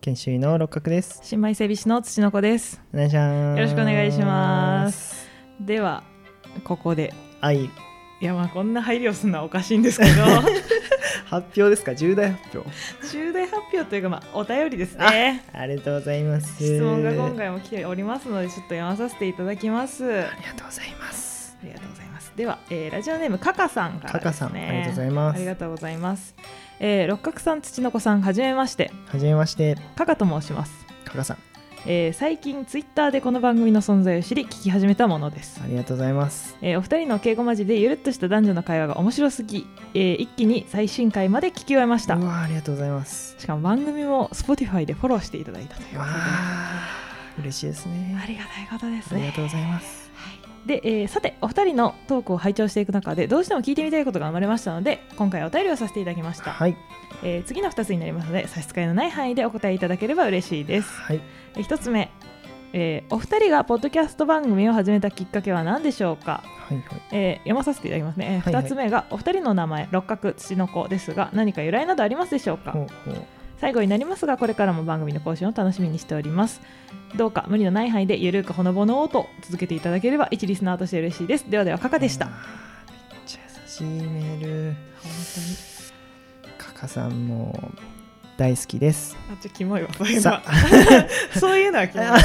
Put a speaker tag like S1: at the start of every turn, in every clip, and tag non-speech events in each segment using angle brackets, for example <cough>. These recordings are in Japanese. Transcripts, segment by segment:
S1: 研修医の六角です
S2: 新米整備士の土の子です
S1: お願いします
S2: よろしくお願いしますではここで
S1: はい
S2: いやまあこんな配慮するのはおかしいんですけ <laughs> ど
S1: 発表ですか重大発表
S2: 重大発表というかまあお便りですね
S1: ありがとうございます
S2: 質問が今回も来ておりますのでちょっと読まさせていただきますあ
S1: ありがとうございます
S2: りがとうございますでは、えーラジオネームカカさんからですね
S1: カカさんありがとうございます
S2: ありがとうございますえー六角さん土の子さんはじめまして
S1: はじめまして
S2: カカと申します
S1: 加賀さん
S2: えー最近ツイッターでこの番組の存在を知り聞き始めたものです
S1: ありがとうございます
S2: えーお二人の敬語交じりでゆるっとした男女の会話が面白すぎ、えー一気に最新回まで聞き終えまし
S1: う
S2: た
S1: わありがとうございます
S2: しかも番組も Spotify でフォローしていただいたという
S1: わあ嬉しいですね
S2: ありがたいことで
S1: あ
S2: す
S1: りが
S2: ね
S1: とうございます
S2: で、えーさてお二人のトークを拝聴していく中でどうしても聞いてみたいことが生まれましたので今回お便りをさせていただきました、
S1: はい
S2: えー次の2つになりますので差し支えのない範囲でお答えいただければ嬉しいです、
S1: はい
S2: え1つ目、えーお二人がポッドキャスト番組を始めたきっかけは何でしょうか
S1: はいはい
S2: えー読まさせていただきますね、えー
S1: はいはい
S2: 2つ目がお二人の名前六角土の子ですが何か由来などありますでしょうか、
S1: ほうほう
S2: 最後になりますがこれからも番組の更新を楽しみにしておりますどうか無理のない範囲でゆるくほのぼのをと続けていただければ一リスナーとして嬉しいですではではカカでした
S1: あーめっちゃ優しいメールカカさんも大好きです
S2: あちょキモいわそういうの
S1: さ
S2: は <laughs> そういうのはキモい
S1: はい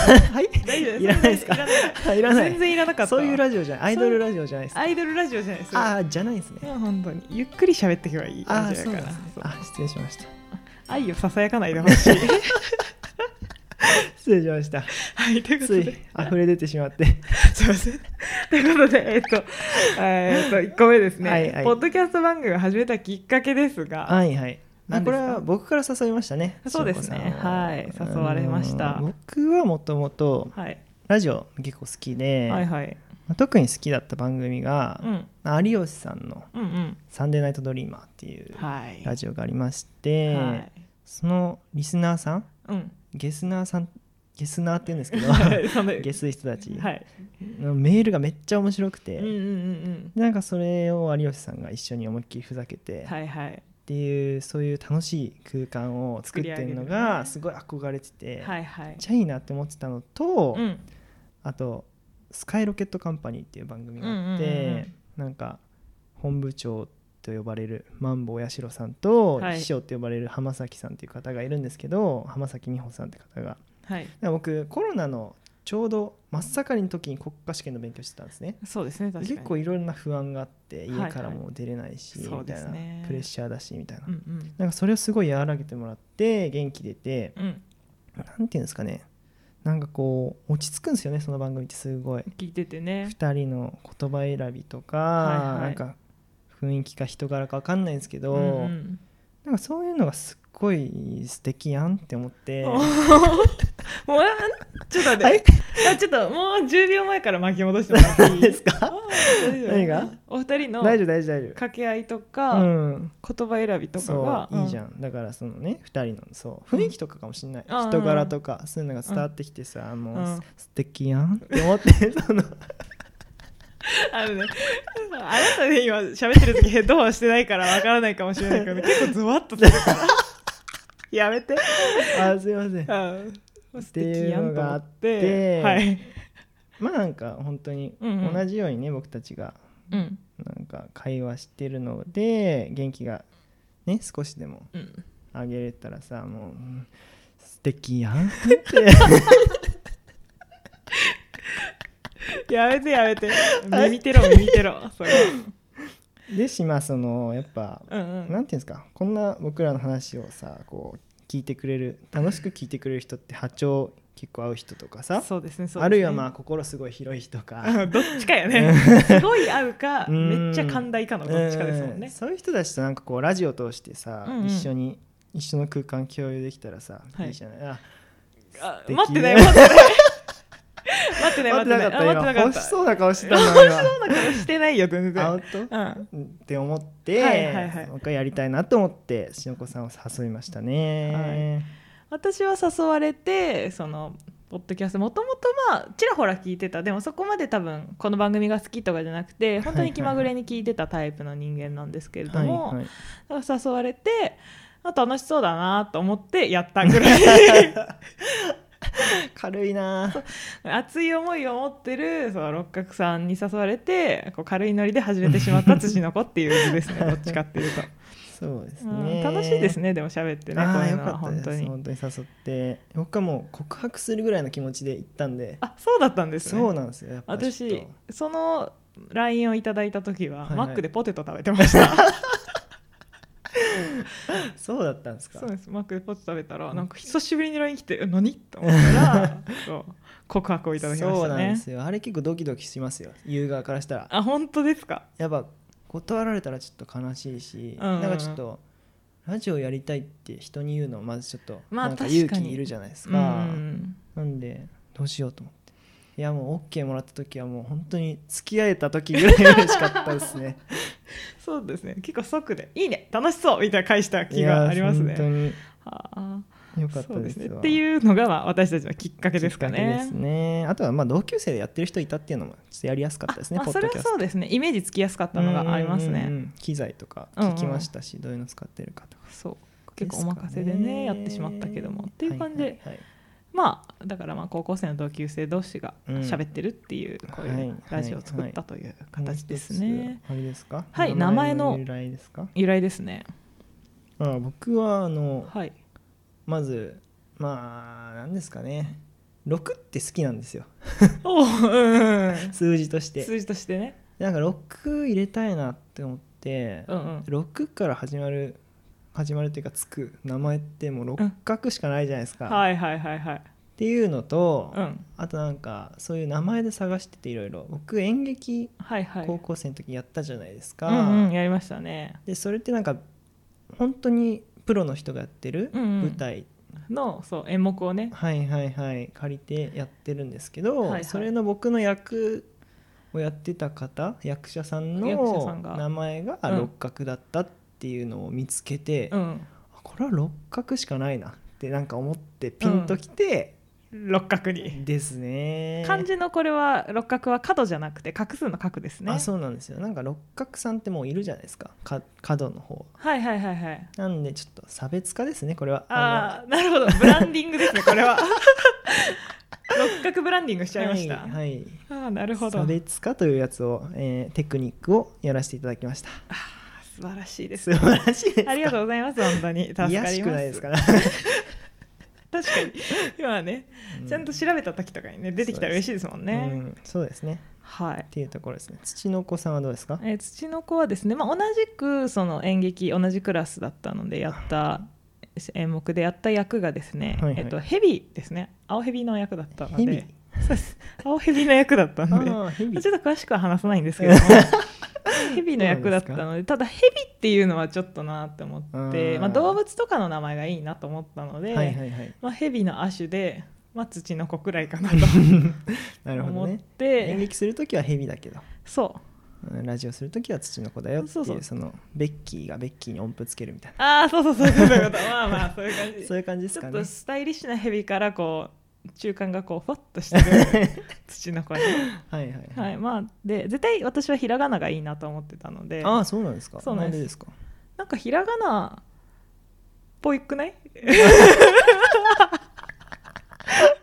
S2: 大丈夫
S1: いらないですか
S2: 全然い
S1: あいら
S2: ら
S1: な
S2: ない
S1: い
S2: 全然いらなかった
S1: そういうラジオじゃないアイドルラジオじゃないです
S2: アイドルラジオじゃないです
S1: ああじゃないです
S2: い
S1: ね
S2: や本当にゆっくり喋ってけばいい
S1: あ
S2: 感
S1: あ
S2: じ
S1: そ
S2: だ
S1: う
S2: か
S1: で
S2: ら
S1: すね
S2: そう
S1: あ失礼しました
S2: 愛をささやかないでほ
S1: <laughs>
S2: しい
S1: 失礼しました
S2: はいというこ
S1: つ
S2: と
S1: い
S2: で
S1: 溢れ出てしま
S2: <laughs>
S1: って
S2: すいません。ということで、えっと、えっと、1個目ですね。
S1: はいはい
S2: ポッドキャスト番組を始めたきっかけですが、
S1: はいはいまあ
S2: 何
S1: こ
S2: です
S1: れ
S2: か
S1: は僕から誘いましたね
S2: そうですね
S1: 翔子さんを
S2: はい誘われました
S1: あのー僕はもともと
S2: はい、
S1: ラジオ結構好きで、
S2: はいはい。
S1: まあ特に好きだった番組が
S2: う、ん、
S1: 有吉さんの
S2: うん、うん。
S1: 「サンデーナイトドリーマー」っていう
S2: はい。
S1: ラジオがありまして、
S2: はい。
S1: そのリスナーさん <laughs>
S2: うん。
S1: ゲスナーさんゲスナーって言うんですけど
S2: はいそ
S1: <laughs>
S2: の
S1: ゲス人たち
S2: はい。
S1: のメールがめっちゃ面白くて、
S2: うん、うん、うん、
S1: なんかそれを有吉さんが一緒に思いっきりふざけ
S2: う
S1: て
S2: ん。はい、はい。
S1: っていう、そういう楽しい空間を作ってるのがすごい憧れてて、
S2: はい、はい
S1: めっ。ちゃいいなって思ってたのと、
S2: うん。
S1: あと「スカイロケットカンパニー」っていう番組があって、
S2: うんうんうんうん
S1: なんか本部長と呼ばれるマンボウ八代さんと
S2: はい
S1: 師匠と呼ばれる浜崎さんっていう方がいるんですけど浜崎美穂さんって方が
S2: はい。
S1: で僕コロナのちょうど真っ盛りの時に国家試験の勉強してたんですね
S2: そうですね。確かに。
S1: 結構いろんな不安があって
S2: いは
S1: 家
S2: い
S1: からも出れないし、
S2: そう
S1: みた
S2: で
S1: い
S2: す
S1: な、
S2: ね
S1: プレッシャーだしみたいな、
S2: うん、うん。
S1: なんかそれをすごい和らげてもらって元気出て
S2: うん。
S1: なんていうんですかねなんかこう落ち着くんですよねその番組ってすごい
S2: 聞いててね。
S1: 2人の言葉選びとか、
S2: はいはい
S1: なんか雰囲気か人柄か分かんないんですけど、
S2: うんうん
S1: なんかそういうのがすっごい素敵やんって思って
S2: おー <laughs> もうあちょっと待って、あちょっともう10秒前から巻き戻してもらってい
S1: 何
S2: い
S1: ですか
S2: 大丈夫
S1: 何が
S2: お二人の
S1: 大丈夫大丈夫大丈
S2: 掛け合いと
S1: 夫
S2: か、
S1: うん
S2: 言葉選びとか
S1: そ
S2: が
S1: ういいじゃ
S2: ん、
S1: ん、だからそのね2人のそう雰囲気とかかもしれない、
S2: うん
S1: 人柄とかそういうのが伝わってきてさ、もう、
S2: うん
S1: 素敵やんって思って <laughs> その
S2: あのねあなたね今喋ってる時ヘッドホンしてないからわからないかもしれないけ
S1: <laughs>
S2: ど、ね、結構ズワッとするからやめて
S1: あすいません
S2: うん素
S1: てい
S2: 敵
S1: う
S2: やん
S1: の
S2: と
S1: が
S2: 思
S1: あ
S2: っ
S1: ってて
S2: はい、
S1: まあなんか本当に
S2: うんうん
S1: 同じようにね、僕たちが
S2: うん
S1: なんか会話してるので元気がね少しでも
S2: うん、
S1: あげれたらさもううん素敵やん
S2: やめてやめて耳てろ耳てろそれは
S1: ですしまあそのやっぱ
S2: うんう
S1: なんていうんですかこんな僕らの話をさこう聞いてくれる楽しく聞いてくれる人って波長結構合う人とかさ、
S2: んそうですねそうですね
S1: あるいはまあ心すごい広い人か。
S2: <laughs> うんどっちかやねすごい合うか
S1: うん
S2: めっちゃ寛大かのどっちかですもん
S1: う
S2: ね
S1: そういう人たちとなんかこうラジオを通してさ、
S2: うんうん
S1: 一緒に一緒の空間共有できたらさ、
S2: はい
S1: いいじゃないあ
S2: あ
S1: 敵
S2: 待ってない待ってない
S1: <laughs>
S2: 待ってない
S1: 待ってなかった
S2: あ待ってな
S1: 今
S2: かっ
S1: 欲
S2: た
S1: しそうな顔
S2: <laughs>
S1: してたの今
S2: そんな顔してないよ全然
S1: アウト
S2: うん
S1: って思って、
S2: はいはいはい
S1: もう一回やりたいなと思ってしのこさんを誘いましたね、
S2: 私は誘われてそのポッドキャストもともとまあちらほら聞いてたでもそこまで多分この番組が好きとかじゃなくて本当に気まぐれに聞いてたタイプの人間なんですけれども、
S1: はいはい
S2: だから誘われてあ楽しそうだなと思ってやったぐら
S1: <laughs>
S2: い <laughs>
S1: 軽いなぁ
S2: 熱い思いを持ってるそう六角さんに誘われてこう軽いノリで外れてしまった辻の子っていう
S1: <laughs>
S2: 図ですねどっちかっていうと、
S1: そうです
S2: う
S1: ね、
S2: ん楽しいです
S1: ね
S2: ねでも喋ってねこ
S1: あ
S2: う
S1: あ
S2: い
S1: よ
S2: うの
S1: か
S2: は
S1: った
S2: 本
S1: で
S2: 当
S1: す
S2: に
S1: 本当に誘って僕はもう告白するぐらいの気持ちで行ったんで
S2: あそうだったんですね
S1: そうなんですよやっぱちょっ
S2: 私
S1: と
S2: その LINE をいただいた時は、
S1: はいはい
S2: マックでポテト食べてました
S1: <laughs> そうだったんですか
S2: そうですマックでポテト食べたらなんか久しぶりに LINE 来てえ「何?」と思っ
S1: <laughs>
S2: たらそう告白をいただきまし
S1: そう
S2: た
S1: なんで
S2: ね
S1: すよあれ結構ドキドキしますよ言う側からしたら
S2: あ本当ですか
S1: やっぱ断られたらちょっと悲しいし、
S2: うんうん
S1: なんかちょっとラジオやりたいって人に言うのはまずちょっと
S2: まあ
S1: なんか
S2: 確
S1: 勇
S2: かに
S1: 気いるじゃないですか,、
S2: うん
S1: なんでどうしようと思っていやもう OK もらった時はもう本当に付き合えた時ぐらい嬉しかったですね
S2: そうですね結構即で「いいね楽しそう」みたいな返した
S1: い
S2: <laughs> 気
S1: や
S2: があります
S1: 本
S2: ね
S1: 当に
S2: はあ
S1: 良かった
S2: そう
S1: で
S2: ですす
S1: わ
S2: ねっていうのがまあ私たちのきっかけですか
S1: きっ
S2: ね
S1: かけですねあとはまあ同級生でやってる人いたっていうのもちょっとやりやすかったですね
S2: あ
S1: ポ
S2: まあ
S1: ッ
S2: そ
S1: ド
S2: れ
S1: キャ
S2: は
S1: スト
S2: そうですねイメージつきやすかったのがありますね
S1: うんうんうん機材とか聞きましたし、どういうの使ってるかとか
S2: そう結構お任せでねやってしまったけどもっていう感じで、
S1: はいはいはい
S2: まあだからまあ高校生の同級生同士が
S1: うん
S2: 喋ってるっていう、こうい
S1: はいう
S2: ラジオを作ったという形ですね、
S1: もう一つあれですか
S2: はい名前の
S1: 由来ですか
S2: 由来ですね
S1: あ僕はあの
S2: はい
S1: まずまあ何ですかね6って好きなんですよ
S2: おうん
S1: 数字として
S2: 数字としてね
S1: なんか6入れたいなって思って、
S2: うんうん
S1: 6から始まる始まるっていうかつく名前ってもう六角しかないじゃないですか、っ
S2: はいはいはいはい
S1: ていうのと、
S2: うん
S1: あとなんかそういう名前で探してていろいろ僕演劇
S2: はいはい
S1: 高校生の時やったじゃないですか、
S2: うんうんやりましたね
S1: でそれってなんか本当にプロの人がやってる
S2: うんうん
S1: 舞台、
S2: のそう演目をね
S1: はいはいはい借りてやってるんですけど、
S2: はいはい
S1: それの僕の役をやってた方役者さん
S2: 役者さ
S1: の
S2: んが
S1: 名前が
S2: うん
S1: 六角だったっていうのを見つけて、
S2: うん
S1: あこれは六角しかないなってなんか思ってピンときて、
S2: 六角に
S1: ですね
S2: 漢字のこれは六角は角じゃなくて画数の角ですね
S1: あそうなんですよなんか六角さんってもういるじゃないですかか角の方
S2: はいはいはいはい
S1: なんでちょっと差別化ですねこれは
S2: ああなるほどブランディングですねこれ
S1: <laughs>
S2: は六角ブランディングし
S1: し
S2: ちゃいました、
S1: はい、はい
S2: ああなるほど
S1: 差別化というやつを、えーテクニックをやらせていただきました
S2: 素晴らしいです
S1: 素晴らしいです
S2: ありがとうございます本当に助か
S1: い
S2: り
S1: や
S2: ます
S1: しくないですか
S2: 確かに今はねちゃんと調べた時とかにね出てきたら嬉しいですもんね、
S1: うん、そうですね
S2: はい
S1: っていうところですね土の子さんはどうですか
S2: えー、土の子はですね、まあ、同じくその演劇同じクラスだったのでやった演目でやった役がですね、
S1: はいはい
S2: えっと、ヘビですね青ヘビの役だったの
S1: ヘビ
S2: でそうです青ヘビの役だった
S1: あ
S2: ので
S1: ーヘビ
S2: ちょっと詳しくは話さないんですけど <laughs> もヘビの役だったのでただヘビっていうのはちょっとなって思って
S1: うん
S2: まあ、動物とかの名前がいいなと思ったので、
S1: はいはいはい <laughs>
S2: まあ、ヘビの亜種で、まあ、土の子くらいかなと <laughs>
S1: なるほど
S2: 思っ
S1: ね
S2: て、
S1: 演劇するときはヘビだけど
S2: そう
S1: うんラジオするときは土の子だよっていう
S2: そ
S1: そう
S2: そう
S1: のベッキーがベッキーに音符つけるみたい
S2: ああそうそうそうそういうことまあま
S1: <laughs>
S2: あそういう感じ
S1: なそういう感じです
S2: ちょ
S1: か
S2: っ
S1: ね
S2: とスタイリッシュなヘビからこう中間がこうふわっとしてる土の子に、
S1: <laughs> はいはい
S2: はいまあ、で絶対私はひらがながいいなと思ってたので
S1: ああそうなんですか
S2: そうなんです
S1: でですか
S2: なんかひらがなっぽいくない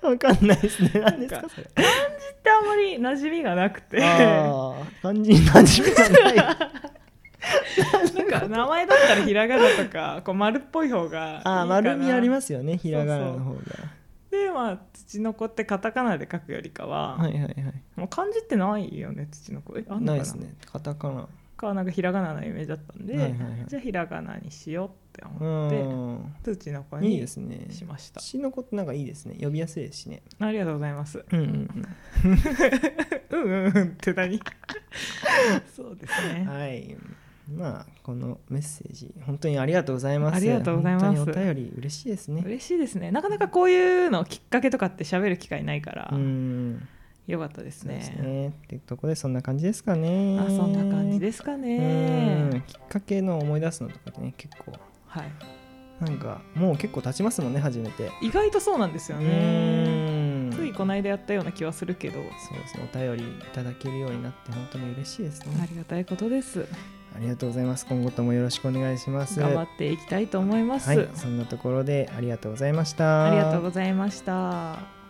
S1: わかんないですね。何です
S2: な
S1: か
S2: んか
S1: そ
S2: <laughs>
S1: れ。
S2: ってあんまり馴染みがなくてな
S1: ああ、漢字に馴染みがない。
S2: んか名前だったらひらがなとかこう丸っぽい方がいいか
S1: あ
S2: な
S1: あ、丸みありますすよね。ひらがなの方が。
S2: でまあ土の子ってカタカナで書くよりかは、
S1: はいはいはい。
S2: もう漢字ってないよね土の子えあん
S1: な
S2: のか
S1: い
S2: な
S1: ですね。カタカナ。
S2: かなんかひらがなのイメージだったんで、
S1: はいはいはい
S2: じゃあひらがなにしようって
S1: う
S2: 思って。
S1: ーん。
S2: 土の子
S1: いい
S2: に
S1: ですね。
S2: しました
S1: しのこってなんかいいですね。呼びやすいですしね。
S2: ありがとうございます
S1: うんうん
S2: うんうんうんっ
S1: <laughs>
S2: て何そうです
S1: うん。
S2: ね
S1: はい。まあこのメッセージ本当にありがとうございます。
S2: ありがとうございます
S1: 本当にお便り嬉しいですね。
S2: 嬉しいですねなかなかこういうのきっかけとかって喋る機会ないから、
S1: うん。
S2: よかったです
S1: そうです
S2: ね
S1: ね。ってとこでそんな感じですかね。。
S2: あそんな感じですすか
S1: うん。
S2: ね
S1: きっかけの思い出すのとかってね結構
S2: はい
S1: なんかもう結構経ちますもんね初めて
S2: 意外とそうなんですよ
S1: う
S2: ね
S1: ーん
S2: ついこの間やったような気はするけど
S1: そうですねお便りいただけるようになって本当に嬉しいですね
S2: ありがたいことです
S1: ありがとうございます今後ともよろしくお願いします
S2: 頑張っていきたいと思います、
S1: はいそんなところでありがとうございました
S2: ありがとうございました